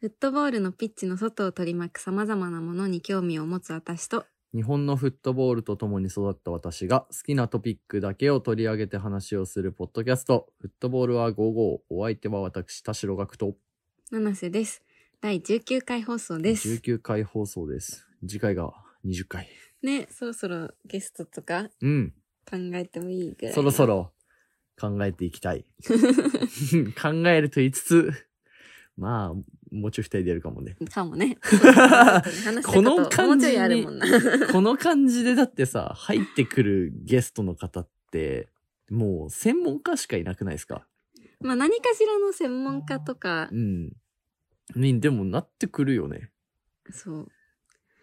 フットボールのピッチの外を取り巻く様々なものに興味を持つ私と、日本のフットボールと共に育った私が好きなトピックだけを取り上げて話をするポッドキャスト、フットボールは55。お相手は私、田代学と。七瀬です。第19回放送です。 19回放送です。次回が20回。ね、そろそろゲストとかうん。考えてもいいぐらい。そろそ。ろ考えていきたい。 考えると言いつつ、まあ、もうちょい二人でやるかもね。かも ね。話したこのこともう感ちじょにいあるもんな。 この感じでだってさ、入ってくるゲストの方って、もう専門家しかいなくないですかまあ何かしらの専門家とかう、ん。に、でもなってくるよね。そう。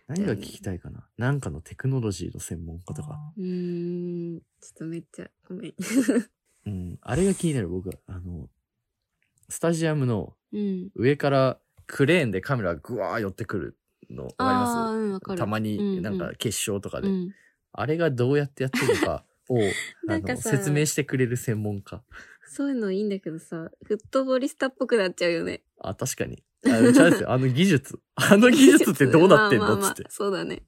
何が聞きたいかななんかのテクノロジーの専門家とか。うーん。ちょっとめっちゃ、ごめん。うん。あれが気になる僕は、あの、スタジアムのうん。上からクレーンでカメラがぐわー寄ってくるの、わかりああー、まうん、わかする。たまうんうにんなんか決勝とかで。うん。あれがどうやってやってるのか をなんあかのさ説明してくれる専門家。そういうのいいんだけどさ、フットボリスタっぽくなっちゃうよ ね。あ、確かに。あ、うちはで すよ。あの技術。あの技術ってどうなってんまあのまあまつあって。そうだね。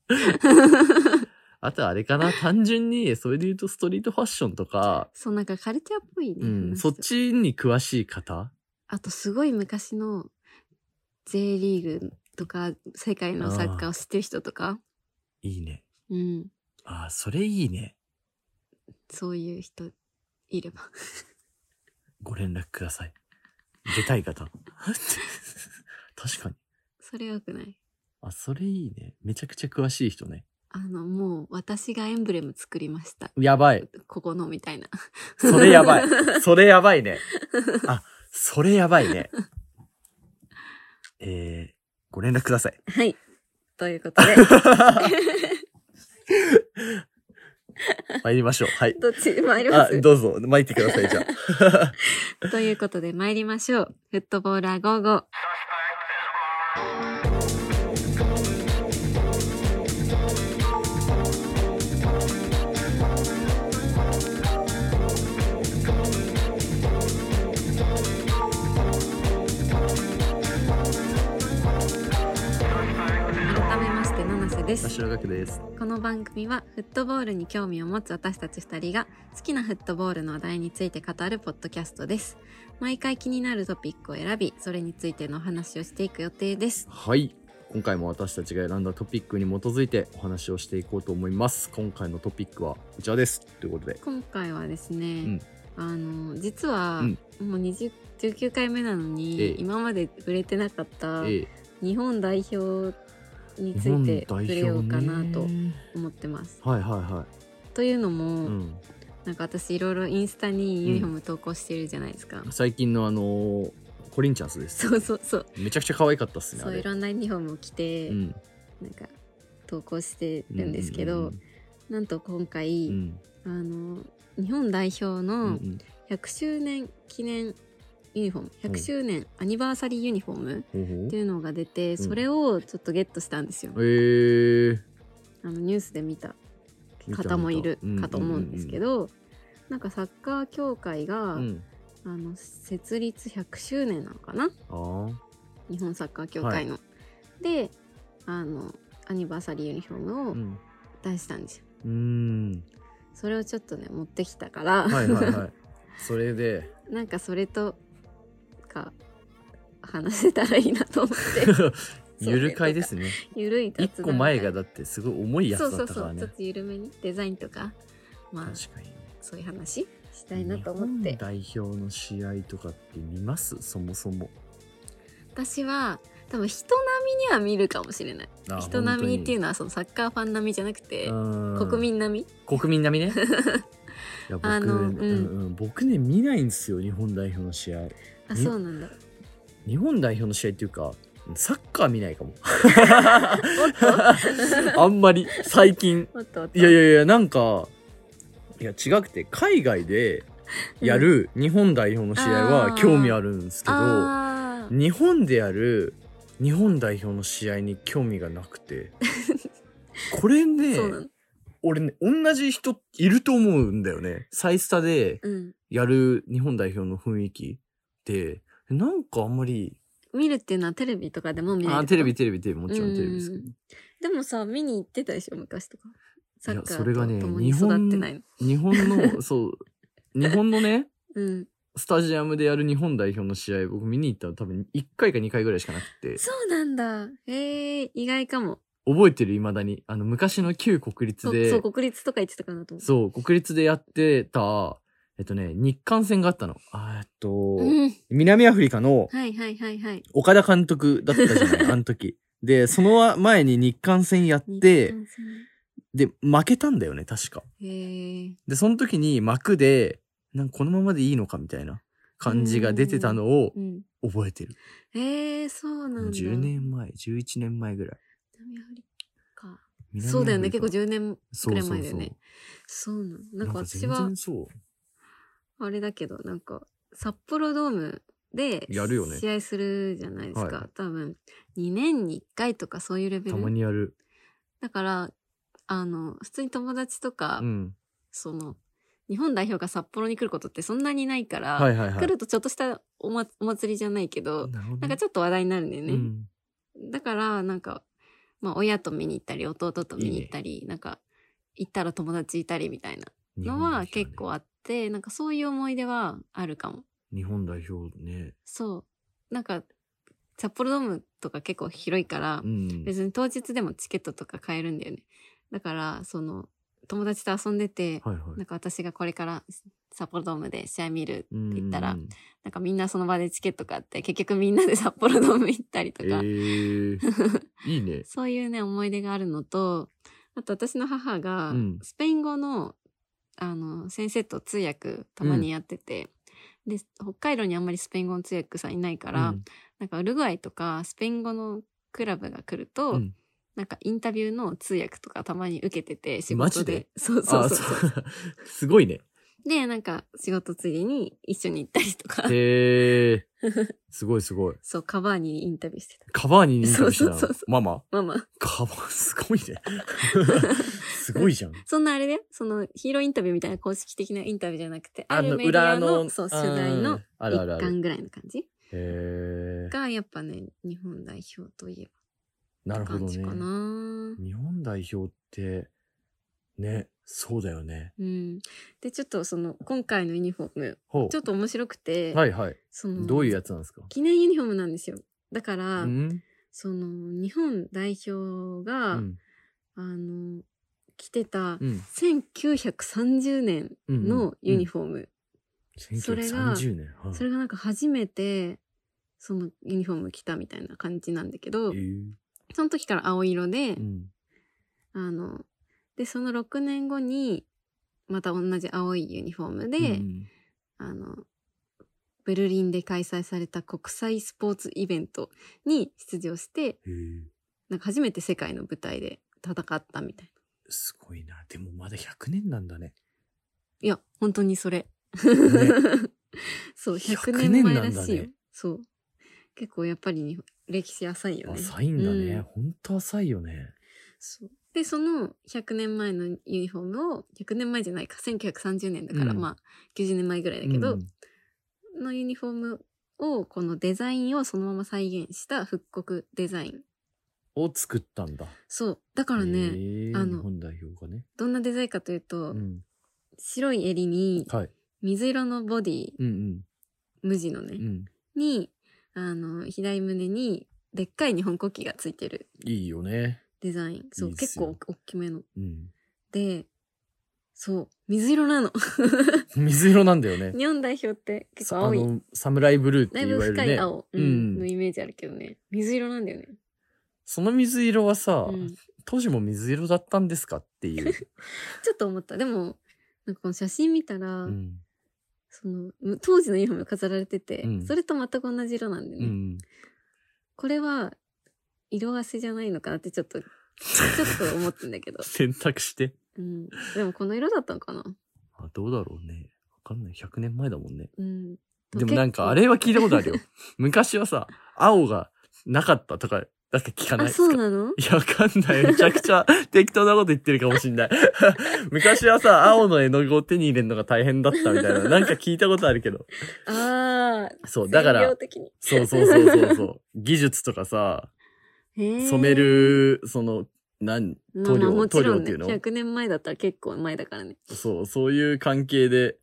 あとあれかな単純に、それで言うとストリートファッションとか、そう、なんかカルチャーっぽいね。うん、話そっちに詳しい方あとすごい昔の J リーグとか、世界のサッカーを知ってる人とか、いいね。うん。あー、それいいね。そういう人いれば。 ご連絡ください。出たい方。 確かに。それよくないあ、それいいね。めちゃくちゃ詳しい人ね。あの、もう私がエンブレム作りました。やばい。ここのみたいな。それ やばい。それやばいね。あ、それやばいね。えー、ご連絡ください。はい。という ことで、参りましょう。はい。どっちに参りまあ、すどうぞ、参ってください、じゃあ。 ということで参りましょう。フットボーラー55。改めまして七瀬です田代学です。この番組はフットボールに興味を持つ私たち2人が好きなフットボールの話題について語るポッドキャストです毎回気になるトピックを選びそれについてのお話をしていく予定ですはい。今回も私たちが選んだトピックに基づいてお話をしていこうと思います。今回のトピックはこちらです。ということで。今回はですね、あの実はうんもう20 19回目なのに、ええ今まで触れてなかったええ日本代表について触れようかなとね思ってます。はいはいはというのも、い。うん。なんか私いろいろインスタにユニフォーム投稿してるじゃないですか。最近のあのーコリンチャンスです。そうそうそうめちゃくちゃ可愛かったっすね。あそうれいろんなユニフォームを着て、うん。なんか投稿してるんですけど、うんなんと今う回、んあの日本代表うん。うんうのん100周年記念ユニフォーム100周年アニバーサリーユニフォームほうほうっていうのが出て、それをちょっとゲットしたんですよ。えーあのニュースで見た見た方もいる見たかと思うんですけど、なんかサッカー協会が、うんうんうんあの設立100周年なのかなあ日本サッカー協会の。であのアニバーサリーユニフォームあをうん出したんですよ。うんそれをちょっとね持ってきたから、はいはいはいそれで なんかそれとか話せたらいいなと思 ってゆる会ですねゆるい雑談一個前がだってすごい重いやそうつそだっうたそからうちょねっと緩めにデザインとかまあ確かにそういう話したいなと思っ日本て代表の試合とかって見ますそもそも私は多分人並みには見るかもしれない人並みにっていううのはそのサッカーファン並みじゃなくての国民並み国 民並みねいや僕あのうんうんうん僕ね見ないんですよ日本代表の試合あみそう なんだ日本代表の試合っていうかサッカー見な いかもおっとあんまり最近おっとおっといやいやいやなんかいや違くて海外でやる日本代表の試合あはー興味あるんですけど、あー日本でやる日本代表の試合に興味がな くてこれねそうなの俺ね同じ人いると思うんだよねサイスタでうんやる日本代表の雰囲気ってなんかあんまり見るっていうのはテレビとかでも見れるとあ、かテレビ、テレビ、テレビ、もちろんテレビですけど。でもさ、見に行ってたでしょ、昔とか。サッカーそれがねと共に育ってないの。日本の、 そう、日本のね、うん。スタジアムでやる日本代表の試合、僕見に行ったら多分1回か2回ぐらいしかなくて、そうなんだ。へえ、意外かも。覚えてる未だに、あの、昔の旧国立そで、そう、国立とか言ってたかなと思う。そう、国立でやってた、えっとね、日韓戦があったの。あーえっと、うん。南アフリカのはいはいはいはい。岡田監督だったじ ゃない、あの時。で、その前に日韓戦やって、日韓戦で、負けたんだよね、確か。へえ。で、その時に幕で、なんかこのままでいいのかみたいな感じが出てたのをうん。覚えてる。へえ、そうなんだ。 10年前、11年前ぐらい。南アフリカ。南アフリカそうだよね、結構10年。そうそうそうくらい前だよねそうなんなんか私なんは全然、そあれだけど、なんか、札幌ドームで、やるよね試合するじゃないですか。はい多分、2年に1回とかそういうレう。ベたまル。にやる。だから、あの、普通に友達とか、うん。その、日本代表が札幌に来ることってそんなにないから、はいはいはい。来るとちょっとしたお,、ま、お祭りじゃないけど、なるほどねなんかちょっと話題になるんだよね。うんだから、なんか、まあ、親と見に行ったり、弟と見に行ったり、なんか、行ったら友達いたりみたいなのは結構あって、なんかそういう思い出はあるかも。日本代表ね。そう。なんか、札幌ドームとか結構広いから、うん。別に当日でもチケットとか買えるんだよね。だから、その、友達と遊んでて、はいはなんい。か私がこれから札幌ドームで試合見る。うんって言ったらうんなんかみんなその場でチケット買って、結局みんなで札幌ドーム行ったりとえか、ー いいね。そういうね、思い出があるのと、あと私の母がうん、スペイン語の、あの、先生と通訳たまにやってて、で、北海道にあんまりスペイン語の通訳さんいないから、うんなんかウルグアイとかスペイン語のクラブが来ると、うんなんかインタビューの通訳とかたまに受けてて、仕事で。マジでそうそあうそそう。う すごいね。で、なんか仕事ついでに一緒に行ったりとか、へえ。 すごいすごい。そう、カバーニにインタビューしてた。カバーニにインタビューしたのそうそうそうママママ。カバー、すごい ね。すごいじゃん。そんなあれで、そのヒーローインタビューみたいな公式的なインタビューじゃなくて、ああるの、メディ裏アの、の、そう、取材うのん。あるある一ある。環ぐらいの感じへえ。が、やっぱね、日本代表といえなばってるほど感じかね。な。日本代表って、ね、そうだよね。うん。で、ちょっとその、今回のユニフォーム、ほちょっと面白くて、う。はいはい。その、どういうやつなんですか記念ユニフォームなんですよ。だから、うんその、日本代表うが、ん。あの、着てたう、ん。 1930年のユニフォーム。それが1930年。はいそれがなんか初めて、そのユニフォーム着たみたいな感じなんだけどえ、ーその時から青色で、うんあの、で、その6年後に、また同じ青いユニフォームで、うんあの、ベルリンで開催された国際スポーツイベントに出場して、へーなんか初めて世界の舞台で戦ったみたいな。すごいな。でもまだ100年なん だね。いや、本当にそれ。そう、100 100年前ら年なんしだいよ。ねそう。結構やっぱりに歴史浅いよね。浅いんだうね。んほんと浅いよね。そうで、その100年前のユニフォームを、100年前じゃないか、1930年だから、うんまあ、90年前ぐらいだけど、うんのユニフォームを、このデザインをそのまま再現した復刻デザイン。を作ったんだ。そう。だからへね、ーあの日本代表がね。どんなデザインかというと、うん。白い襟に、はい。水色のボディ、うん無地のうねん。う、ん。に、あの、左胸に、でっかい日本国旗がついてるいいよね。デザイン。そう、いいっ結すよ構大きめの。 うん。で、そう、水色なの。水色なんだよね。日本代表って結構さあ青い。の、サムライブルーっだていいぶわゆ深るいね。青、ううんのん。イメージあるけどね。水色なんだよね。その水色はさう、ん、当時も水色だったんですかっていう。 ちょっと思った。でも、なんかこの写真見たら、うん。その、む当時のユニフォームが飾られてて、うんそれと全く同じ色なんでうね。ん。。これは、色褪せじゃないのかなってちょっと、ちょっと思ってんだけど 選択して。うん。でもこの色だったのかなあ、どうだろうね。わかんない。100年前だもんね。うん。でもなんかあ結 れは聞いたことあるよ。昔はさ、青がなかったとかだって聞かないあ、ですそうかなのいや、わかんない。めちゃくちゃ 適当なこと言ってるかもしんない。 昔はさ、青の絵の具を手に入れるのが大変だったみたいな。なんか聞いたことあるけど。ああ。そう、だ専から業、的にそうそうそうそ うそう。技術とかさ、染め。る、その、なん、へー塗まあ料、まあも塗ち料ろっんてね、いうの100年前だったら結構前だからね。そう、そういう関係で、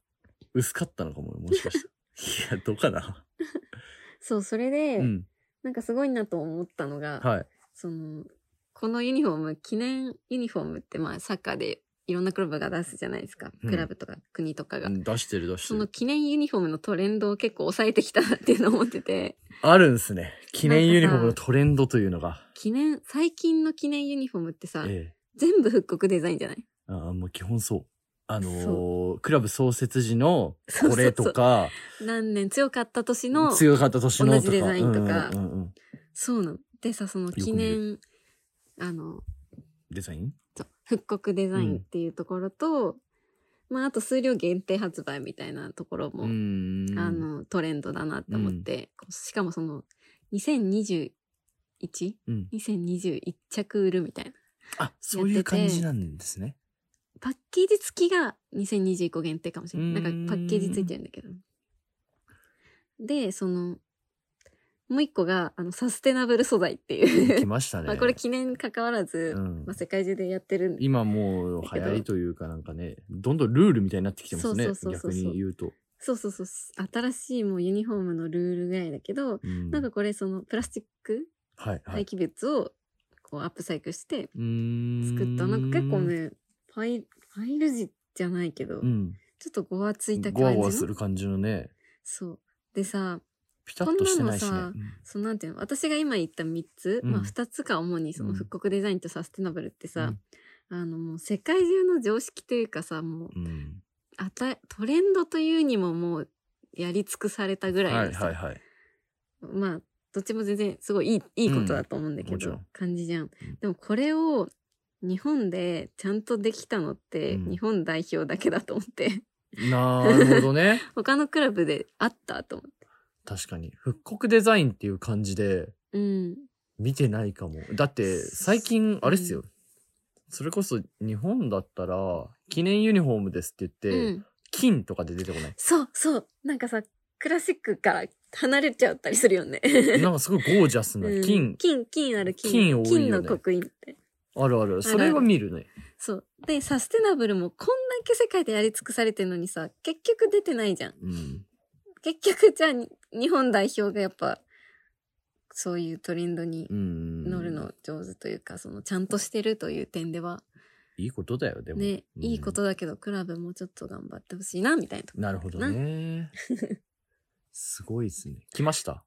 薄かったのかも、もし かして。いや、どうかな。そう、それで、うん。なんかすごいなと思ったのが、はい。その、このユニフォーム、記念ユニフォームって、まあ、サッカーでいろんなクラブが出すじゃないですか。うんクラブとか国とかが。うん出してる出しそてのる。記念ユニフォームのトレンドを結構抑えてきたなっていうのを思ってて、あるんすね。記念ユニフォームのなんかトレンドというのが。記念、最近の記念ユニフォームってさ、ええ。全部復刻デザインじゃないああ、もう基本そう。あのークラブ創設時のそうそうそうこれとか、何年強かった年の、強かった年のとか。同じデザインとかうんうんうんうんそうなの。でさ、そのく見る記念、あの、デザインそう復刻デザインっていうところと、まあ、あと数量限定発売みたいなところも、んあ、の、トレンドだなって思って、こうしかもその、2021?2021 うん。着売るみたいな。あ、そういう感じなんです ね。パッケージ付きが2021限定かもしれない。うなんんかパッケージ付いてるんだけど。で、その、もう一個が、あの、サステナブル素材って い来う。ましたね。まあこれ記念関わらず、うんまあ世界中でやってるんで今もう流行りというかなんかね、どんどんルールみたいになってきてますね。そうそうそうそう逆に言うと。そうそうそう。新しいもうユニフォームのルールぐらいだけど、うんなんかこれそのプラスチックはい、は廃い。棄物をこうアップサイクルして作作った、なんか結構、ね、ファイ、ファイル字じゃないけど、うちょん。っとごわついたゴワ感ゴワじすの。る感じのね、そう。でさ、ピタッとしてないしねこんなのさ。そのなんていうの、私が今言った3つ、うんまあ2つか主にその復刻デザインとサステナブルってさ、うんあのもう世界中の常識というかさ、もううんうんあた、トレンドというにももうやり尽くされたぐはらいいのさ、はいはい。まあ、どっちも全然すごいいい、いいことだと思うんだけもちど、ろん感じじゃんん。でもこれを日本でちゃんとできたのって、うん日本代表だけだと思って、 なるほどね。他のクラブであったと思って。 確かに。復刻デザインっていう感じでうん。見てないかも。だって最近、あれっすよ。それこそ日本だったら、記念ユニフォームですって言って、うん。金とかで出てこない。そうそう。なんかさ、クラシックから離れちゃったりするよね。なんかすごいゴージャ スなうん金、金、金ある金。金多いよね金の刻印って。あるある。それは見るね。そう。で、サステナブルもこんだけ世界でやり尽くされてるのにさ、結局出てないじゃん。うん。結局じゃあに日本代表がやっぱそういうトレンドにうん。乗るの上手というか、そのちゃんとしてるという点ではいいことだよ、でも。ね、うんいいことだけどクラブもうちょっと頑張ってほしいなみたいなとこなるほどね。すごいですね。来ました。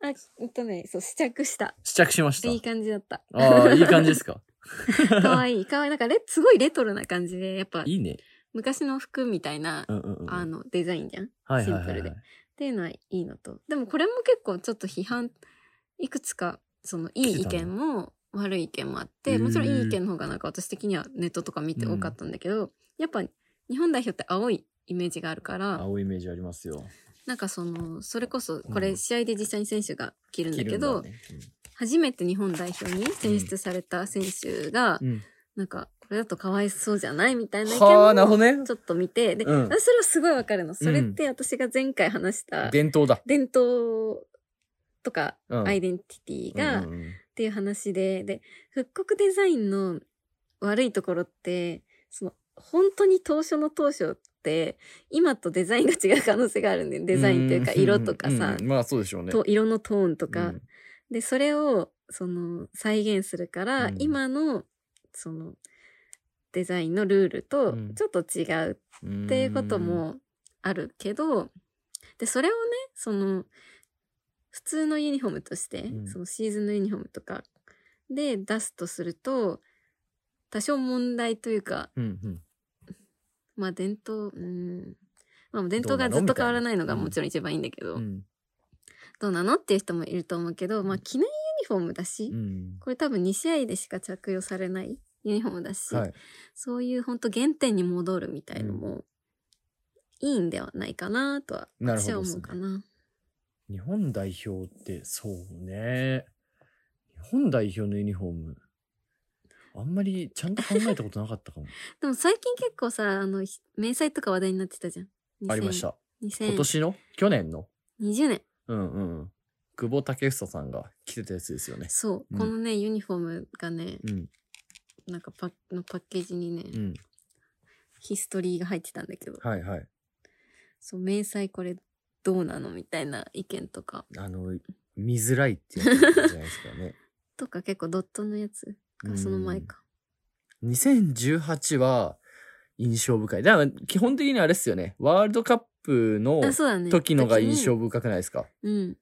あうんとねそう試着した試着しました。いい感じだったああ、いい感じですか。 かわいいかわいいなんかレすごいレトロな感じでやっぱいいね。昔の服みたいな、うんうんうん。あのデザインじゃんっはいはいはいシンプルはでい。ていうのはいいのとでもこれも結構ちょっと批判いくつかそのいい意来てた見も悪い意見もあっへてーもちろんいい意見の方がなんか私的にはネットとか見て多かったんだけど、やっぱ日本代表って青いイメージがあるから青いイメージありますよ。なんかそのそれこそこうれん試合で実際に選手が着るんだけ着るど、んだね初めて日本代表に選出された選手が、うんうんなんかこれだとかわいそうじゃないみたいな意はあ、な見るほもどね。ちょっと見てで、うん私それはすごいわかるのそれって私が前回話した伝統だ。伝統とかうんアイデンティティがうっんうんうんていう話で、で、復刻デザインの悪いところって、その、本当に当初の当初って、今とデザインが違う可能性があるんだよ。デザインというか、ん色とかさう、んまあそうでしょうね。と色のトーンとか、うんで、それを、その、再現するから、うん今の、その、デザインのルールとうんちょっと違うっていうこともあるけど、で、それをね、その、普通のユニフォームとして、うんそのシーズンのユニフォームとかで出すとすると、多少問題というか、うんうん。まあ伝統、うん、まあ伝どう統がなのずっみたといな変わらないのがうんもちろん一番いいんだけど、うんどうなのっていう人もいると思うけど、まあ記念ユニフォームだし、うん。これ多分2試合でしか着用されないユニフォームだし、はい。そういう本当原点に戻るみたいのも、いいんではないかなとは、なるほ私どはで思すうねかな。日本代表ってそうね。日本代表のユニフォーム、あんまりちゃんと考えたことなかっ たかも。でも最近結構さ、あの、ひ明細とか話題になってたじゃん。ありました。今2020年の去年の年。うんうんうん。久保建英さんが着てたやつですよね。そう、うんこのね、ユニフォームがね、うん。なんかパッのパッケージにね、うん。ヒストリーが入ってたんだけど、はいはい。そう、明細これどうなのみたいな意見とか、あの、見づらいってやつじゃないです かね。とか結構ドットのやつがその前か。うん。2018は印象深い。だから基本的にあれっすよね。ワールドカップのあ、そうだね。時のがに印象。深くないですかうん。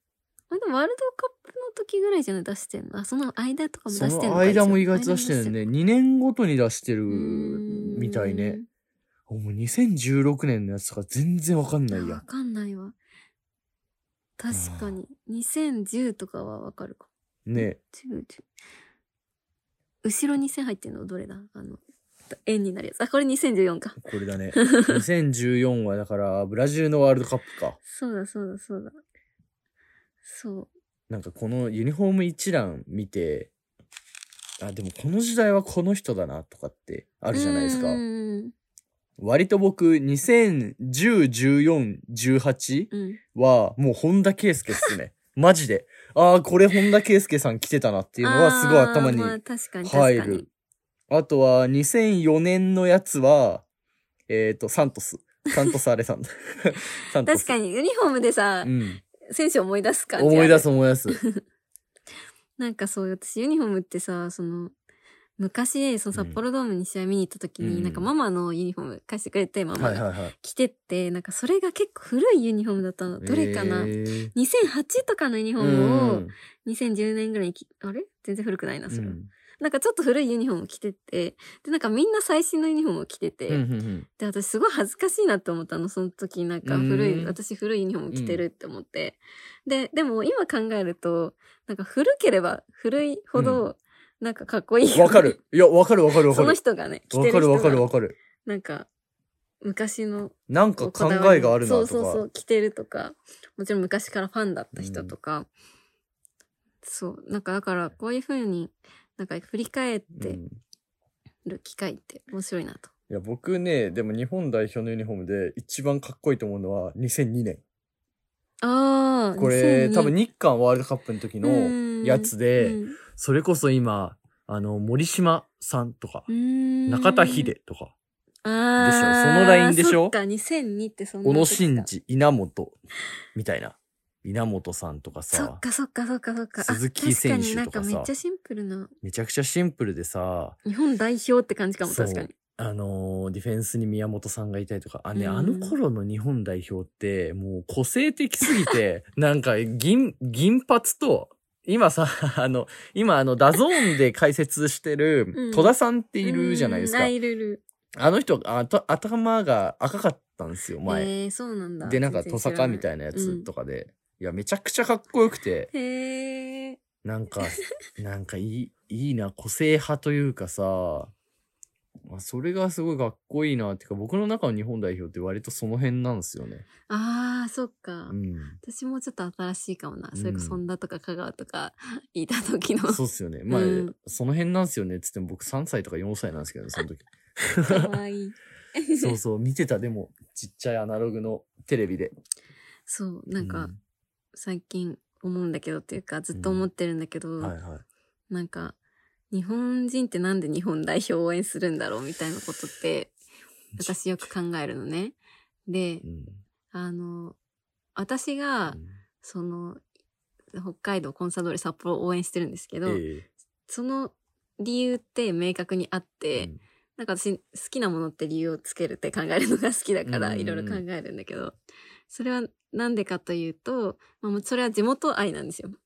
あ、でもワールドカップの時ぐらいじゃない出してんのあ、その間とかも出そしてんののか間も意外と出してる。一応ね。2年ごとに出してる間に出してるみたいうーねん。もう2016年のやつとか全然わかんないあわや。かんないわ。確かに。2010とかはわかるか。 ね10 10後ろに線入ってんのどれだあの、円になるやつ。あ、これ2014か。これだね。2014はだからブラジルのワールドカップか。そうだそうだそうだ。そう。なんかこのユニフォーム一覧見て、あ、でもこの時代はこの人だなとかってああるじゃないですか。うんうん割と僕、2010、14、18うん。うんはもう本田圭佑っす ね。マジで。ああ、これ本田圭佑さん来てたなっていうのはすごい頭にあーまあ、確かに入確かにる。。あとは、2004年のやつは、えっ、と、サントス。サントスア レさんだ。サント確ス。かに、ユニフォームでさう、ん。選手思い出す感じある。思い出す思い出す。なんかそう、私ユニフォームってさ、その、昔、その札幌ドームに試合見に行った時に、うんなんかママのユニフォーム貸してくれて、ママはいがはいはい。着てって、なんかそれが結構古いユニフォームだったの。 どれかな、えー ?2008 とかのユニフォーうムをん2010年ぐらいにき、あれ全然古くないな、それは、うんなんかちょっと古いユニフォーム着てって、で、なんかみんな最新のユニフォームを着てて、うんうんうんで、私すごい恥ずかしいなって思ったの、その時なんか古い、うん私古いユニフォーム着てるって思って。で、でも今考えると、なんか古ければ古いほど、なんかかっこいいよね、わかる。いや、わかるわかるわかそのる。人がね、着てわる人がかるわかるわかる。なんか、昔のなんか考えがあるなとか。そうそうそう、着てるとか、もちろん昔からファンだった人とか、そう、なんかだからこういうふうに、なんか振り返っうんてる機会って面白いなと。いや、僕ね、でも日本代表のユニフォームで一番かっこいいと思うのは2002年。ああ、これ、 2002多分日韓ワールドカップの時のやつで、うんそれこそ今、あの、森島さんとか、中中田秀とでしょそか、でしょそのラインでしょそっか、2002ってそんな小時だ。野伸二、稲本、みたいな。稲本さんとかそさっ、かそっかそっかそっか。あ鈴木選手とかさ確になんかめっちゃシンプルな。めちゃくちゃシンプルでさ、日本代表って感じかも、そう確かに。あのーディフェンスに宮本さんがいたりとか、あ、ね、うんあの頃の日本代表って、もう個性的すぎて、 なんか、銀、銀髪と、今さ、 あの、今あの、ダゾーンで解説してうるん、戸田さんっているじゃないですうんかあ。いるいる。あの人、あと頭が赤かったんですよ、前。えー、そうなんだ。で、なんか、トサカみたいいなやつとかで、いや、めちゃくちゃかっこよくて、な。へえ。なんか、 なんかいい、いいな、個性派というかさ、まあ、それがすごいかっこいいな、っていうか、僕の中の日本代表って割とその辺なんですよね。ああ、そっかう。ん。私もちょっと新しいかもな。うんそれこそ、んだとか香川とか、 いた時の。そうっすよね。まあ、うんその辺なんですよね、つっても僕3歳とか4歳なんですけどね、その時。かわいい。そうそう、見てた、でも、ちっちゃいアナログのテレビで。そう、なんか、う最近思うんだけどっていうか、ずっと思ってるんだけど、んはいはい。なんか、日本人ってなんで日本代表を応援するんだろうみたいなことって、私よく考えるのね。でう、ん。あの、私が、その、北海道コンサドーレ札幌を応援してるんですけど、えその理由って明確にあっえて、なんか私好きなものって理由をつけるって考えるのが好きだかうんらうんうんいろいろ考えるんだけど、それはなんでかというと、まあもうそれは地元愛なんですよ。うん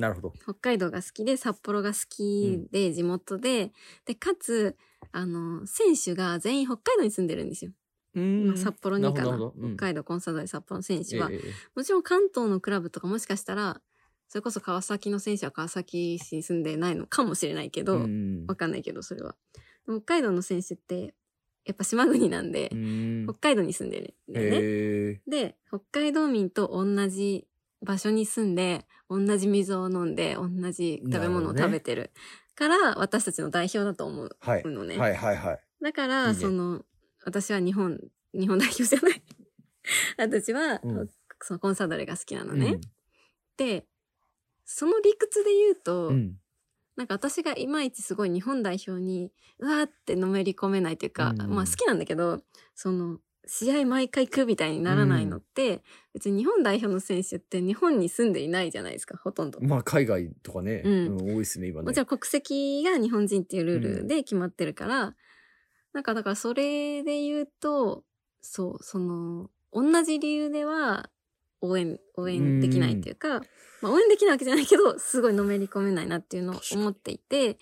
なるほど。北海道が好きで札幌が好きで地元で、でかつあの選手が全員北海道に住んでるんですよ、うんまあ札幌にかなるほどるほどうん北海道コンサドーレ札幌の選手は、ええええもちろん関東のクラブとかもしかしたらそれこそ川崎の選手は川崎市に住んでないのかもしれないけど、うんわかんないけどそれは北海道の選手ってやっぱ島国なんで、うん北海道に住んでるんだよね、へえで北海道民と同じ場所に住んで、同じ水を飲んで、同じ食べ物を食べてるから、私たちの代表だと思うはい。のね。はいはいはい。だかいいら、ねその、私は日本、日本代表じゃない。 私は、うんそのコンサドーレが好きなのうね。んで、その理屈で言うと、うんなんか私がいまいちすごい日本代表に、うわーってのめり込めないというか、うんまあ好きなんだけど、その、試合毎回行くみたいにならないのって、別に日本代表の選手って日本に住んでいないじゃないですか、ほとんど。まあ海外とかね、うん多いですね、今ね。もちろん国籍が日本人っていうルールで決まってるから、なんかだからそれで言うと、そう、その、同じ理由では応援、応援できないっていうか、まあ応援できないわけじゃないけど、すごいのめり込めないなっていうのを確かに思っていて、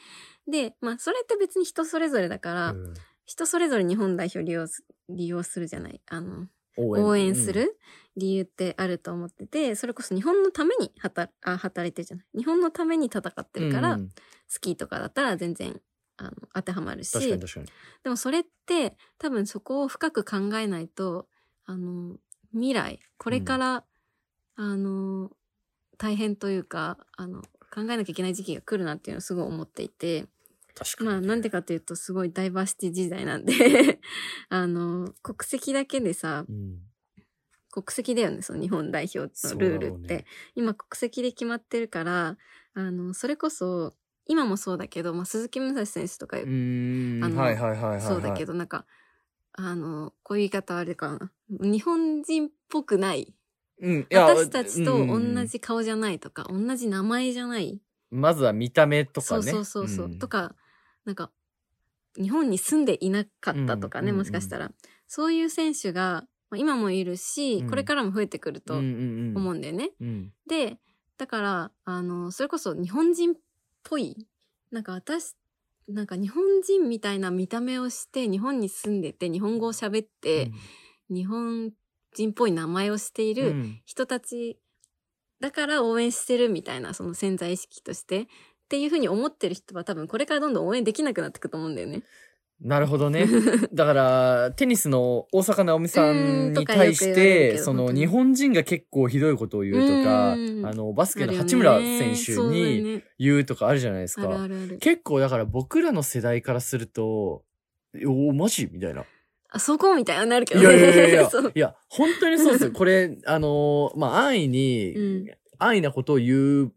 で、まあそれって別に人それぞれだから、うん人それぞれ日本代表利用す、利用するじゃない、あの、応応援す、る理由ってあると思ってて、それこそ日本のために働、あ、働いてるじゃない。日本のために戦ってるから、うんうんスキーとかだったら全然あの当てはまるし確かに確かに。でもそれって多分そこを深く考えないとあの未来これから、あの大変というかあの考えなきゃいけない時期が来るなっていうのをすごい思っていて確かに。まあなんでかというとすごいダイバーシティ時代なんで あの国籍だけでさうん国籍だよねその日本代表のルールって、今国籍で決まってるからあのそれこそ今もそうだけど、まあ、鈴木武蔵選手とかうーんあのはいはいはいはいはい。そうだけど。ど、なんか、あの、こういう言い方はあれかな。日本人っぽくない。うん、いや私たちと同うんうんじ顔じゃないとか、同じ名前じゃない。まずは見た目とかそうね。そうそうそう、んとか、なんか、日本に住んでいなかったとかね、うんもしかしたら。そういう選手が、まあ今もいるし、うんこれからも増えてくるとうんうん思ううんだよね。んで、だから、あの、それこそ日本人っぽい、なんか私、なんか日本人みたいな見た目をして、日本に住んでて、日本語を喋って、日本人っぽい名前をしていうんうるん人たちだから応援してるみたいな、その潜在意識として、っていうふうに思ってる人は多分これからどんどん応援できなくなってくと思うんだよね。なるほ どね。だから、テニスの大坂なおみさんに対しうーんとかよく言われるて、けどそ本の当に日本人が結構ひどいことを言うとか、あうーんの、バスケあのるよね八村選手そうだよにね言うとかあるじゃないですあるあか。るある。結構だから僕らの世代からすると、おお、マジみたいな。あ、そこみたいになるけいどやね。いやいやい やそう。いや、本当にそう ですよ。これ、あのーまあ、安易に、うん安易なことを言う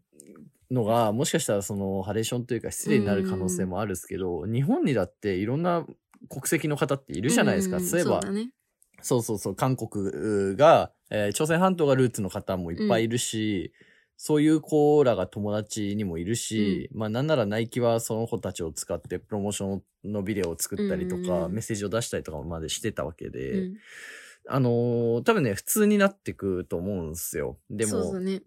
のが、もしかしたらその、ハレーションというか失礼になる可能性もあるんですけど、日本にだっていろんな国籍の方っているじゃないですか。うんそういえばそうだ、ね。そうそうそう、韓国が、えー朝鮮半島がルーツの方もいっぱいいるし、そういう子らが友達にもいるし、まあなんならナイキはその子たちを使ってプロモーションのビデオを作ったりとうんうんか、うんメッセージを出したりとかまでしてたわけで、うんあのー多分ね、普通になってくと思うんですよ。でも、そうだね。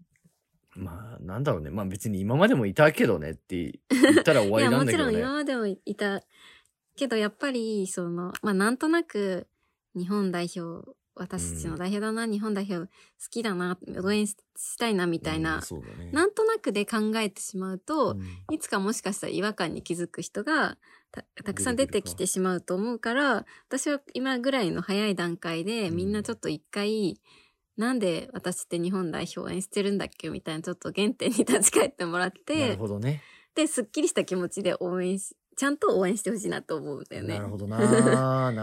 まあなんだろうね、まあ別に今までもいたけどねって言ったら終わりなんだけどいや、もちろんね。今までもいたけど、やっぱり、その、まあ、なんとなく、日本代表、私たちの代表だな、日本代表好きだな、応援ししたいな、みたいな、うんそうだね。なんとなくで考えてしまうと、うんいつかもしかしたら違和感に気づく人がたたくさん出てきてしまうと思うから、私は今ぐらいの早い段階で、うんみんなちょっと一回、なんで私って日本代表応援してるんだっけみたいなちょっと原点に立ち返ってもらって、なるほどね。で、すっきりした気持ちで応援し、ちゃんと応援してほしいなと思うんだよねなる。ほどなな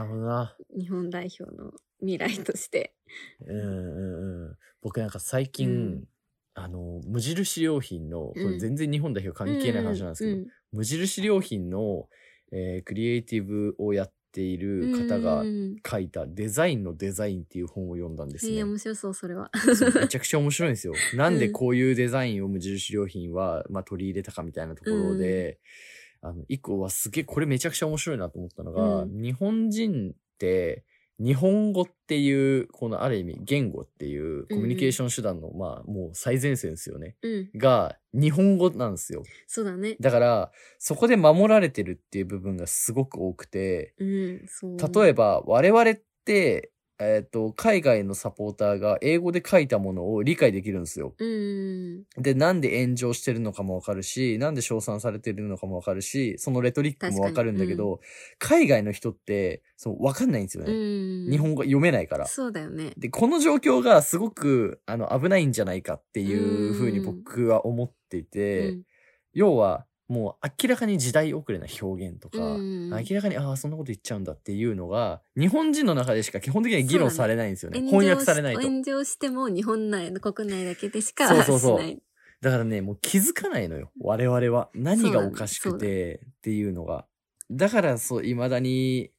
るほどな。日本代表の未来として。うんうんうん、僕なんか最近、うんあの無印良品の、これうん全然日本代表関係ない話なんですけど、うん無印良品の、えークリエイティブをやっている方がうんうん書いた「デザインのデザイン」っていう本を読んだんですへえね。面白そう、それは。そうめちゃくちゃ面白いんですよ。なんで こういうデザインを無印良品は、まあ、取り入れたかみたいなところで、あの、一個はすげえ、これめちゃくちゃ面白いなと思ったのが、うん日本人って、日本語っていう、このある意味言語っていうコミュニケーション手段の、まあ、もう最前線ですよね。うん。が、日本語なんですよ。そうだね。だから、そこで守られてるっていう部分がすごく多くて、うん、そう。例えば我々ってえっ、と、海外のサポーターが英語で書いたものを理解できるんですよ。うん。で、なんで炎上してるのかもわかるし、なんで称賛されてるのかもわかるし、そのレトリックもわかるんだけど、海外の人って、そう、わかんないんですよね。うん。日本語読めないから。そうだよね。で、この状況がすごく、あの、危ないんじゃないかっていうふうに僕は思っていて、要は、もう明らかに時代遅れな表現とか、うん明らかに、ああ、そんなこと言っちゃうんだっていうのが、日本人の中でしか基本的には議論されないんですよね。炎上翻訳されないと。炎上しても日本内の国内だけでしかそうそうそうしないだからね、もう気づかないのよ。我々は。何がおかしそくうだてっていうのが。だから、そう、未だに、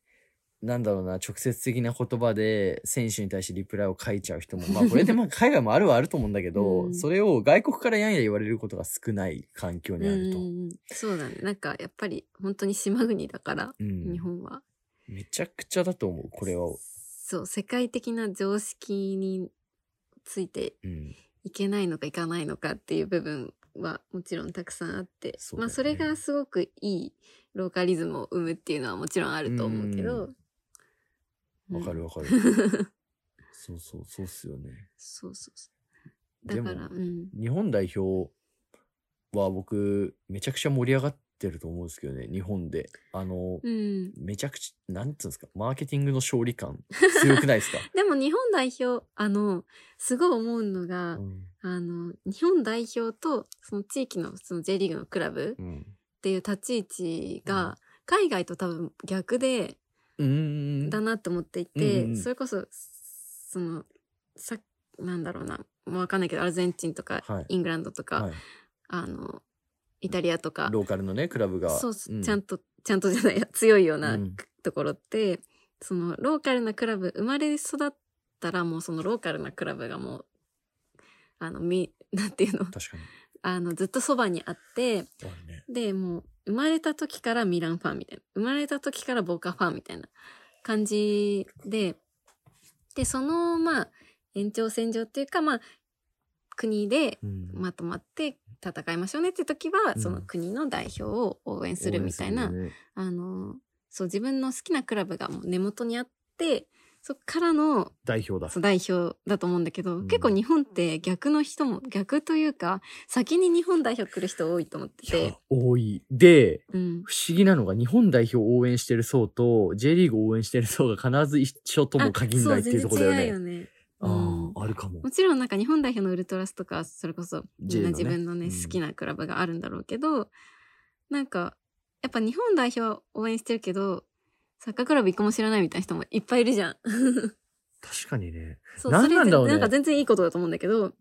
なんだろうな、直接的な言葉で選手に対してリプライを書いちゃう人も、まあこれ でまあ海外もあるはあると思うんだけど、うんそれを外国からやんや言われることが少ない環境にあると。うんそうだねなんかやっぱり本当に島国だから、うん日本はめちゃくちゃだと思う、これは。そう世界的な常識についてうん。いけないのかいかないのかっていう部分はもちろんたくさんあって、そうだよねまあそれがすごくいいローカリズムを生むっていうのはもちろんあると思うけどうんわかる わかる。そうそう、そうっすよね。そうそうそうでだもからうん日本代表は僕めちゃくちゃ盛り上がってると思うんですけどね日本であの、うんめちゃくちゃなんていうんですかマーケティングの勝利感強くないですか、でも日本代表あのすごい思うのが、うんあの日本代表とその地域のその J リーグのクラブっうんていう立ち位置うんが海外と多分逆でうーんだなと思っていて、うんうんそれこそそのさなんだろうなもうわかんないけどアルゼンチンとか、はいイングランドとか、はい、あのイタリアとかローカルのねクラブがそうそううんちゃんとちゃんとじゃない や強いようなうんところって、そのローカルなクラブ生まれ育ったらもうそのローカルなクラブがもうあのみ なんていうの確かにあのずっとそばにあってあるねでもう生まれた時からミランファンみたいな生まれた時からボーカファンみたいな感じででそのまあ延長線上っていうかまあ国でうんまとまって戦いましょうねって時は、うんその国の代表を応援するみたいな、応援するよねあのそう自分の好きなクラブがもう根元にあってそっからの代表だそう代表だと思うんだけど、ん結構日本って逆の人も逆というか先に日本代表来る人多いと思っていてや、多いでうん、不思議なのが日本代表を応援してる層と J リーグを応援してる層が必ず一緒とも限らないっていうところだあそよねう全然違うよねあうんああるかももちろんなんか日本代表のウルトラスとかそれこそみ J んなのね自分のねうん好きなクラブがあるんだろうけど、なんかやっぱ日本代表は応援してるけどサッカークラブ一個も知らないみたいな人もいっぱいいる じゃん。確かにねそうなんなんだろそうれねでなんか全然いいことだと思うんだけど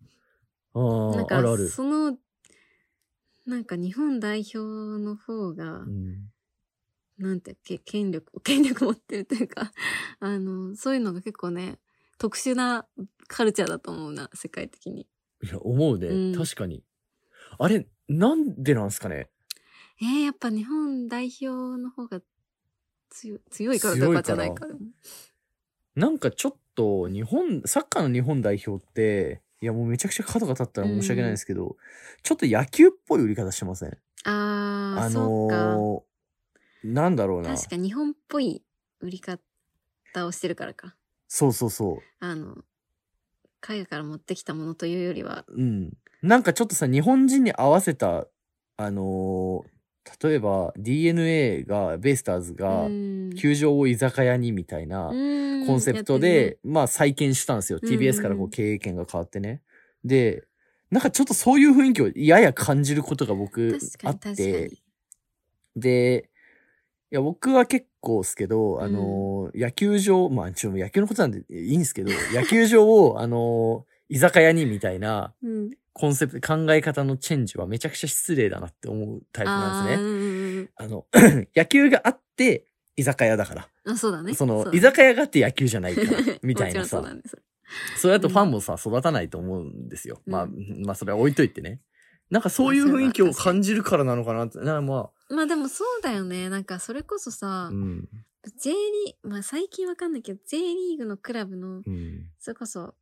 あーなんかあるあるそのなんか日本代表の方が、うんなんてけ権力 権力持ってるというかあのそういうのが結構ね特殊なカルチャーだと思うな世界的に。いや、思うね。うん確かに。あれ、なんでなんすかねえー、やっぱ日本代表の方が強い強いからとかじゃないか強なんかちょっと、日本、サッカーの日本代表って、いや、もうめちゃくちゃ角が立ったら申し訳ないんですけど、ちょっと野球っぽい売り方してませんあー、あそうのーなんだろうかな。確か日本っぽい売り方をしてるからかそうそうそあの海外から持ってきたものというよりはう。うん。なんかちょっとさ、日本人に合わせた、あのー例えば DNA が、ベイスターズが、球場を居酒屋にみたいな、ココンセプトで、まあ再建したんですよ。うんうん TBS からこう経営権が変わってね。で、なんかちょっとそういう雰囲気をやや感じることが僕確かあにっ確かて、にで、いや、僕は結構ですけど、あのー、野球場、まあ、ちょ、野球のことなんでいいんで すけど、野球場を、あのー、居酒屋にみたいなうんコンセプト、考え方のチェンジはめちゃくちゃ失礼だなって思うタイプなんですね。ねあの、 野球があって、居酒屋だから。あそうだねその、うだね居酒屋があって野球じゃないから、 みたいなさもちろんそう。だねそれそれだとファンもさ、育たないと思うんですよ。うんまあ、まあ、それは置いといてね。なんかそういう雰囲気を感じるからなのかなって。なままあでもそうだよねなんかそれこそあ、さ、うん。 J リーまあ最近わかんないけど J リーグのクラブのうん。それこそ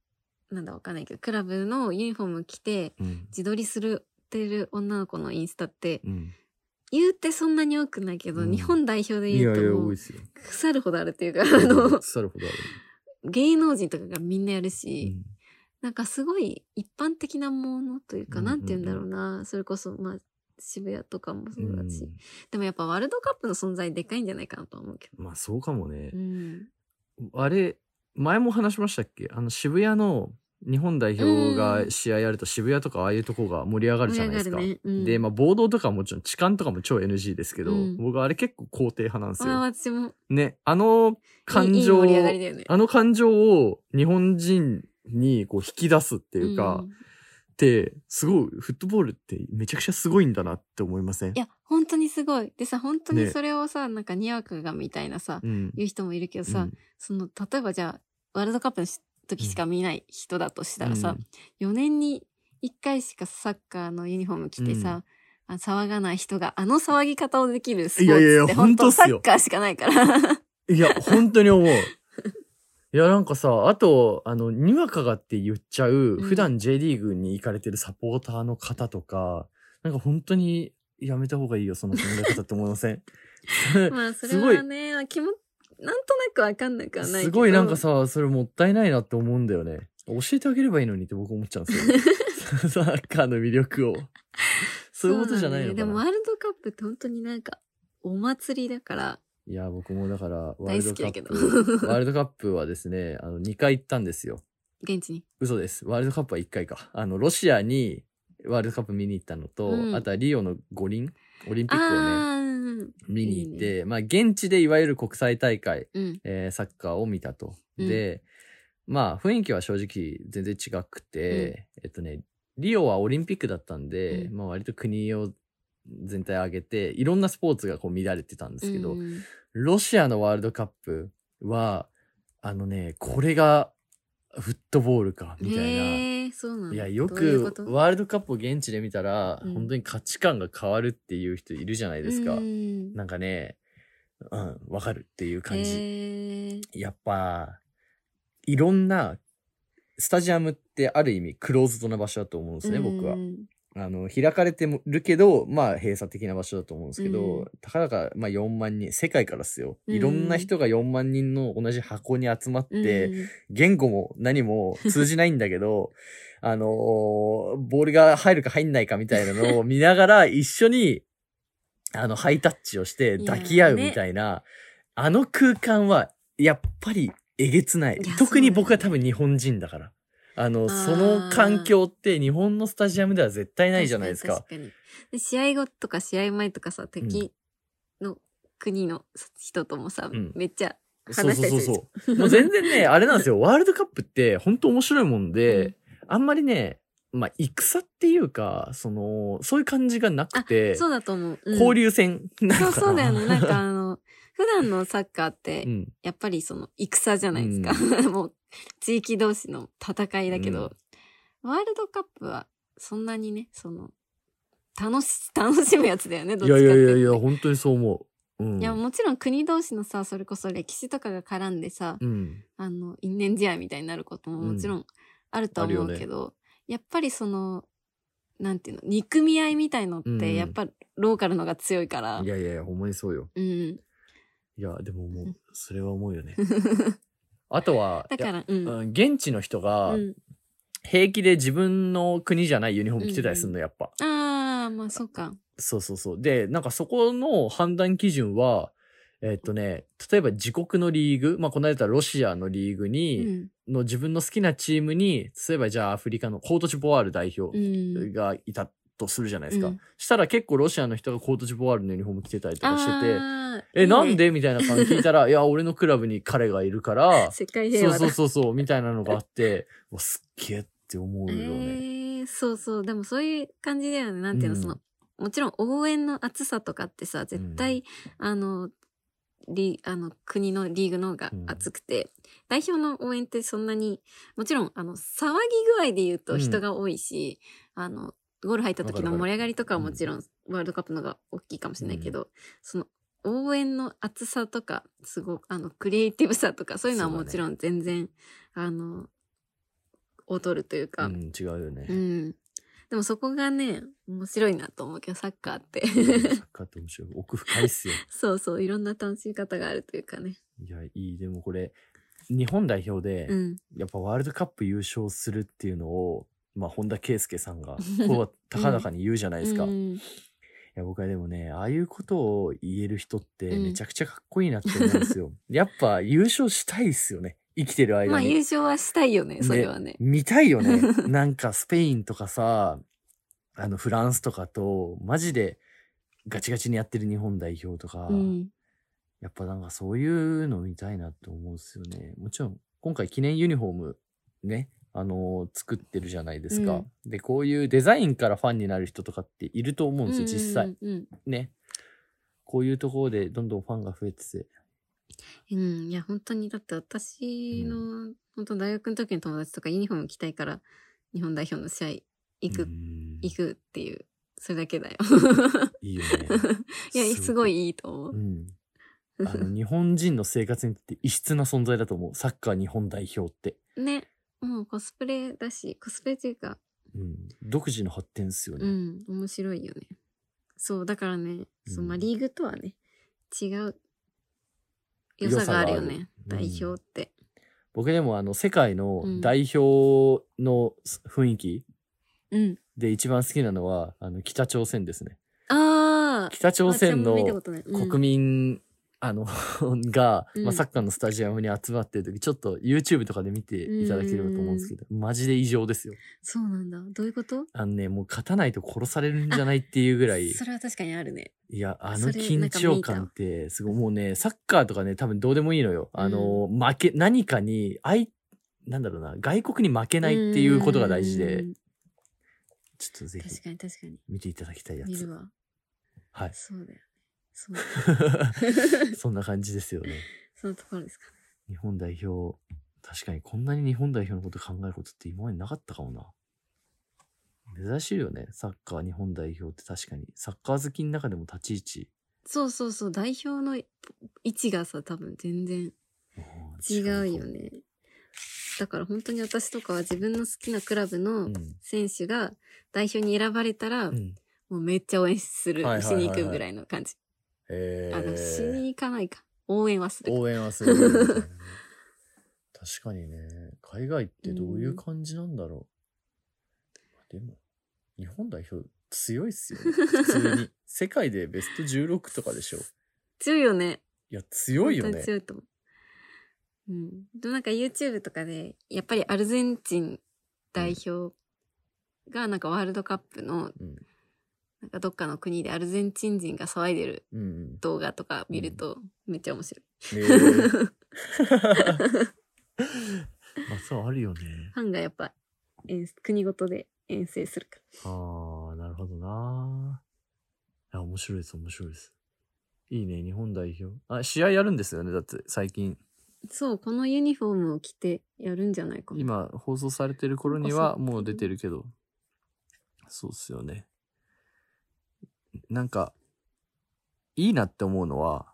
なんだわかんないけどクラブのユニフォーム着てうん。自撮りするってる女の子のインスタってうん、言うてそんなに多くないけど、うん日本代表でい言やういとや、も多いうですよ。 腐るほどあるっていうかあの腐るほどある。芸能人とかがみんなやるうし、んなんかすごい一般的なものというか、うんなんて言うんだろうな。それこそ、まあ、渋谷とかもそうだし、うんでもやっぱワールドカップの存在でかいんじゃないかなとは思うけまあそうかもねど。う。ん。あれ、前も話しましたっけあの渋谷の日本代表が試合やると渋谷とかああいうとこが盛り上がるじゃないですか。盛り上がるねうんで、まあ暴動とかはもちろん痴漢とかも超 NG ですけど、うん僕あれ結構肯定派なんですまあよ。私も、ね、あの感いいいい情を盛り上がりだよね。あの感情を日本人にこう引き出すっていうか、んって、すごい、フットボールってめちゃくちゃすごいんだなって思いませんいや、本当にすごい。でさ、本当にねそれをさ、なんかにわかがみたいなさ、うん。言う人もいるけどさ、その、例えばじゃあ、ワールドカップのし時しか見ない人だとしたらさ、4年に1回しかサッカーのユニフォーム着てさ、あ騒がない人があの騒ぎ方をできるスポーツっていやいやいや本当本当サっすよッカーしかないから。うんいや、本当 に思う。いや、なんかさ、あと、あの、にわかがって言っちゃう、ん普段 J リーグに行かれてるサポーターの方とか、なんか本当にやめた方がいいよ、その考え方って思いません まあ、それすごいはね、まあ気も、なんとなくわかんなくはないけど。すごいなんかさ、それもったいないなって思うんだよね。教えてあげればいいのにって僕思っちゃうんです よ。サッカーの魅力を。そういうことじゃないのそうだねかでも、ワな。ールドカップって本当になんか、お祭りだから、いや、僕もだから、ワー大ル好ドきカだけッどプ、ワールドカップはですね、あの、2回行ったんですよ。 現地に。嘘です。ワールドカップは1回か。あの、ロシアにワールドカップ見に行ったのと、うんあとはリオの五輪オリンピックをね、ああー、見に行って、いまあ、現地でいわゆる国際大会、うん。えーサッカーを見たと。うんで、まあ雰囲気は正直全然違くて、えっとね、リオはオリンピックだったんで、うんまあ割と国を全体上げて、いろんなスポーツがこう乱れてたんですけど、うんロシアのワールドカップは、あのね、これがフットボールか、みたいな。へえ、そうなんだ。いや、よどういうこくとワールドカップを現地で見たら、うん本当に価値観が変わるっていう人いるじゃないですか。うんなんかね、うん、わかるっていう感じ。へえやっぱ、いろんな、スタジアムってある意味クローズドな場所だと思うんですね、僕はう。んあの、開かれてもるけど、まあ閉鎖的な場所だと思うんですけど、うんたかだか、まあ4万人、世界からですよ。うんいろんな人が4万人の同じ箱に集まって、うん言語も何も通じないんだけど、 あのーボールが入るか入んないかみたいなのを見ながら一緒に、あの、ハイタッチをしていや抱き合うみたいな、あの空間は、やっぱりえげつないいや。特に僕は多分日本人だから。あの、ーその環境って日本のスタジアムでは絶対ないじゃないですか。確に確かにで試合後とか試合前とかさ、敵の国の人ともさ、うんめっちゃそう話しそたうりそうするじそう。もう全然ね、あれなんですよ。ワールドカップって本当面白いもんで、うんあんまりね、まあ、戦っていうか、その、そういう感じがなくゃ て、ん。そうだと思う。うん交流戦 なそのうかなそうだよね。なんかあの、普段のサッカーって、 うん。やっぱりその戦じゃないですか。 もう地域同士の戦いだけど、ワールドカップはそんなにね、その、楽し、 楽しむやつだよね、どっちいかやっいていうやいとやいや、本当にそう思う。うん。いや、もちろん国同士のさ、それこそ歴史とかが絡んでさ、うん。あの、因縁試合みたいになることももちろんあるとは思うけど、やっぱりその、なんていうの、憎み合いみたいのっうんて、やっぱローカルのが強いから、ういん。やいやいや、ほんまにそうよ。うん、いや、でももう、それは思 うよね。あとは、だかいやら、うん。うん、現地の人がう、ん、平気で自分の国じゃないユニフォーム着てたりするの、やっぱ。ああ、まあそうか。そうそうそう。で、なんかそこの判断基準は、えっとね、例えば自国のリーグ、まあ、この間言ったロシアのリーグうに、ん。の自分の好きなチームに、例えばじゃあアフリカのコートジボワール代う表ん。がいたとするじゃないですか。うんしたら結構ロシアの人がコートジボワールのユニフォーム着てたりとかしてて、あーえ、いいねなんでみたいな感じ聞いたら、いや、俺のクラブに彼がい るから、世界平そう和だ。そうそうそう、みたいなのがあって、 うわすっげえって思うよね。えーそうそう。でもそういう感じだよね。なんていうの、うんその、もちろん応援の熱さとかってさ、絶対、あの、リあの国のリーグの方が熱くて、代表の応援ってそんなにもちろんあの騒ぎ具合で言ううとん人が多いし、あのゴール入った時の盛り上がりとかはもちろんワールドカップの方が大きいかもしれないけど、その応援の熱さとかすごくあのクリエイティブさとかそういうのはそうだもねちろん全然、あの劣るというか、うん、違うよね。うん。でもそこがね、面白いなと思うけど、サッカーって。サ ッカーって面白い。奥深いっすよ。そうそう、いろんな楽しみ方があるというかね。いや、いい。でもこれ、日本代表で、うん。やっぱワールドカップ優勝するっていうのを、まあ、本田圭佑さん が、こう、高々に言うじゃないですか。ういんや、僕はでもね、ああいうことを言える人って、うんめちゃくちゃかっこいいなって思う んですよ。やっぱ、優勝したいっすよね。生きてるま間あに。優勝はしたいよね、それはね。見たい よね。なんかスペインとかさ、あのフランスとかと、マジでガチガチにやってる日本代表とか、うん。やっぱなんかそういうの見たいなって思うんですよね。もちろん、今回記念ユニフォームね、あのー作ってるじゃないですか、で、こういうデザインからファンになる人とかっていると思うんですよ、実際。うんうんね。こういうところでどんどんファンが増えてて。うん。うん。いや、本当に、だって私の、本当大学の時の友達とかユニフォーム着たいから、日本代表の試合行く、うん行くっていう、それだけだよ。。いいよね いや、すごいいいと思うう。ん。あの日本人の生活にとって異質な存在だと思う。サッカー日本代表って。 ね。もうコスプレだし、コスプレというか、うん。独自の発展っすよね。うん、面白いよね。そう、だからね、そうまあ、うんリーグとはね、違う良良さがさがああるるよね、うん代表って。僕でもあの世界のうん代表の雰囲気うん。で一番好きなのは、あの北朝鮮ですね。ああ北朝鮮の国国民、あの、 が、うんまあ、サッカーのスタジアムに集まってる時、ちょっと YouTube とかで見ていただければと思うんですけど、マジで異常ですよ。そうなんだ。どういうことあのね、もう勝たないと殺されるんじゃないっていうぐらい。それは確かにあるね。いや、あそのれなん緊か見張た感って、すごい、もうね、サッカーとかね、多分どうでもいいのよ。うんあの、負け、何かに、あい、なんだろうな、外国に負けないっていうことが大事うでん、ちょっとぜひ確かに確かに。見ていただきたいや見るつ。わ。。はいそうだよね。 そうだそんな感じですよね。そのところですか。日本代表、確かにこんなに日本代表のこと考えることって今までなかったかもな。珍しいよね、サッカー日本代表って確かに。サッカー好きの中でも立ちそうそうそう、代表の位置がさ、多分全然位置。違んうよ。ね。だから本当に私とかは自分の好きなクラブの選手が代表に選ばれたら、うん。うんもうめっちゃ応援する、はいはいはいはいしに行くぐらいの感じ。えあの、しに行かないか。応援はするか。応援はするみたいなね確かにね海外ってどういう感じなんだろう、でも日本代表強いっすよね普通に世界でベスト16とかでしょ強いよね。いや強いよ本当にね強いと思う。うん。でもなんか YouTube とかで、やっぱりアルゼンチン代表がなんかワールドカップの、うんなんかどっかの国でアルゼンチン人が騒いでるうんうん動画とか見るとめっちゃ面白い。えーまあそうあるよねファンがやっぱ遠国ごとで遠征するから。ああ、なるほどな。いや、面白いです、面白いです。いいね、日本代表。あ、試合やるんですよね、だって最近。そう、このユニフォームを着てやるんじゃないかな。今放送されてる頃にあはそうもう出てるけどそうっすよねなんかいいなって思うのは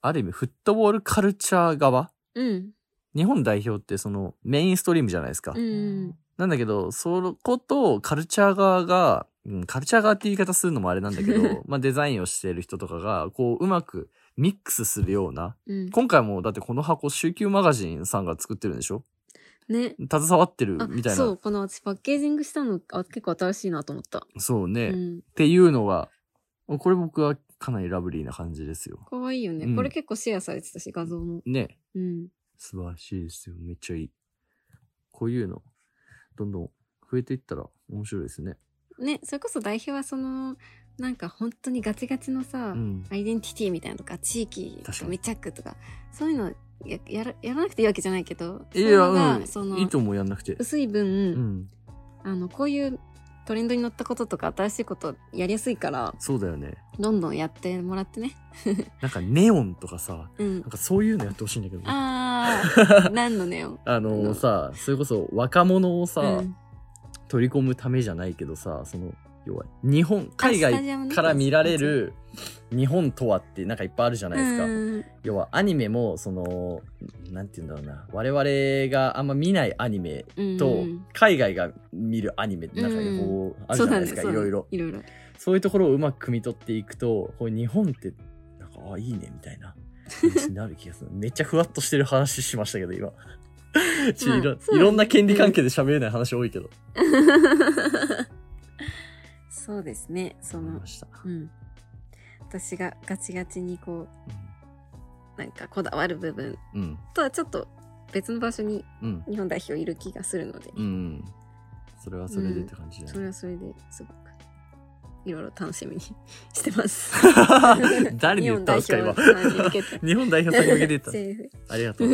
ある意味フットボールカルチャー側うん。日本代表ってそのメインストリームじゃないですか、うん。なんだけどそことカルチャー側が、うん、カルチャー側って言い方するのもあれなんだけ どまあデザインをしている人とかがこううまくミックスするようなうん。今回もだってこの箱週休マガジンさんが作ってるんでしょね。携わってるあみたいなそう、この私パッケージングしたのあ結構新しいなと思った。そうね、うっん。ていうのが、これ僕はかなりラブリーな感じですよ。かわいいよね、うんこれ結構シェアされてたし、画像も。ね。うん。素晴らしいですよ。めっちゃいい。こういうの、どんどん増えていったら面白いですね。ね、それこそ代表はその、なんか本当にガチガチのさ、うん。アイデンティティみたいなのとか、地域と確かかに密着とか、そういうのややらやらなくていいわけじゃないけど、いそういうや、のがうん。そのいいと思う、やんなくて。薄い分、うん。あの、こういうトレンドに乗ったこととか、新しいことやりやすいから、そうだよね。どんどんやってもらってね。なんかネオンとかさ、うんなん。かそういうのやってほしいんだけど。ああ ー、何のネオン。のさ、それこそ若者をさ、うん取り込むためじゃないけどさ、その、要は、日本、海あスタジアム外ねから見られる日本とはってなんかいっぱいあるじゃないですか。うん要はアニメもそのなんて言うんだろうな我々があんま見ないアニメうんとうん海外が見るアニメってなんかこうあるじそうゃなだいでねすか、そうだいねろいろいろいろ。 そういうところをうまく汲み取っていくとこう日本ってなんかあいいねみたいなになる気がする。めっちゃふわっとしてる話しましたけど、今。 ちょいそろうですねいろんな権利関係で喋れない話多いけど。そうですね。そ思いのま、した。うん。私がガチガチにこうう、なんかこだわる部分ん。とはちょっと別の場所にうん。日本代表いる気がするので、うん。それはそれでって感じだそれよね。はそれですごくいろいろ楽しみにしてます。 誰に言ったんですか、今。日 日本代表さんに向 けて言ったの。セーフ。ありがとう。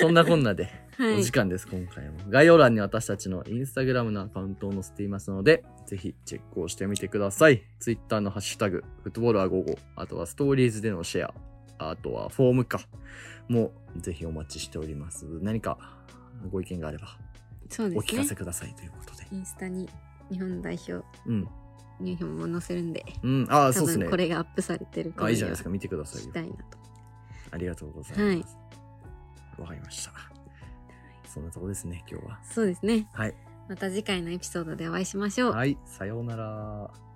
そんなこんなで。はおい時。間です、今回も。概要欄に私たちのインスタグラムのアカウントを載せていますので、ぜひチェックをしてみてください。ツイッターのハッシュタグ、フットボールは午後、あとはストーリーズでのシェア、あとはフォームか、もぜひお待ちしております。何かご意見があれば、そうおです聞かねせ。くださいということで。インスタに日本代表うん。ニューヒョンも載せるんで、うん、ああ、多そうですね分こ。れがアップされてるあ、いいじゃないですか。か見てくだ聞さいきよた。いなと。ありがとうございます。わ、かりました。そんなとこですね、今日は。そうですね。はい。また次回のエピソードでお会いしましょう。はい、さようなら。